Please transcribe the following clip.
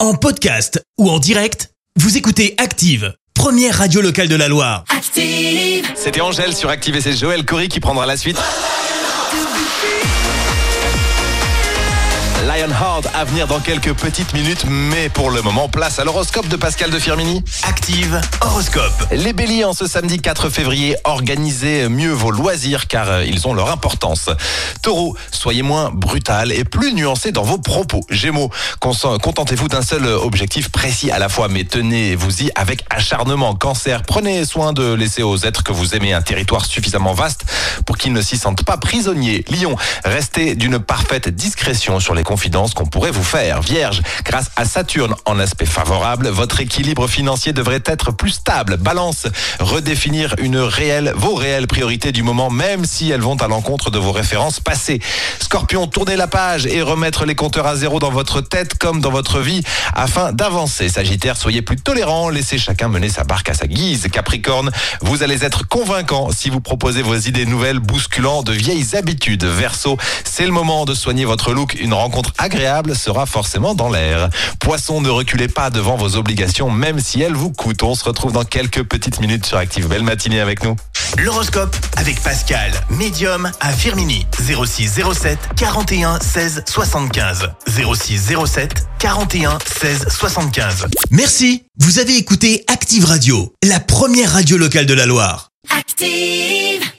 En podcast ou en direct, vous écoutez Active, première radio locale de la Loire. Active, C'était Angèle sur Active et c'est Joël Corey qui prendra la suite. Lionheart à venir dans quelques petites minutes, mais pour le moment, place à l'horoscope de Pascal de Firmini. Active Horoscope. Les béliers en ce samedi 4 février, organisez mieux vos loisirs car euh, ils ont leur importance. Taureau, soyez moins brutal et plus nuancé dans vos propos. Gémeaux, consen- contentez-vous d'un seul objectif précis à la fois, mais tenez-vous-y avec acharnement. Cancer, prenez soin de laisser aux êtres que vous aimez un territoire suffisamment vaste pour qu'ils ne s'y sentent pas prisonniers. Lion, restez d'une parfaite discrétion sur les confidences qu'on pourrait vous faire. Vierge, grâce à Saturne en aspect favorable, votre équilibre financier devrait être plus stable. Balance, redéfinir une réelle, vos réelles priorités du moment, même si elles vont à l'encontre de vos références passées. Scorpion, tournez la page et remettre les compteurs à zéro dans votre tête comme dans votre vie afin d'avancer. Sagittaire, soyez plus tolérant, laissez chacun mener sa barque à sa guise. Capricorne, vous allez être convaincant si vous proposez vos idées nouvelles bousculant de vieilles habitudes. Verseau, c'est le moment de soigner votre look. Une rencontre agréable sera forcément dans l'air. Poisson, ne reculez pas devant vos obligations, même si elles vous coûtent. On se retrouve dans quelques petites minutes sur Active. Belle matinée avec nous. L'horoscope avec Pascal, médium à Firmini. 06 07 41 16 75. 06 07 41 16 75. Merci, vous avez écouté Active Radio, la première radio locale de la Loire. active.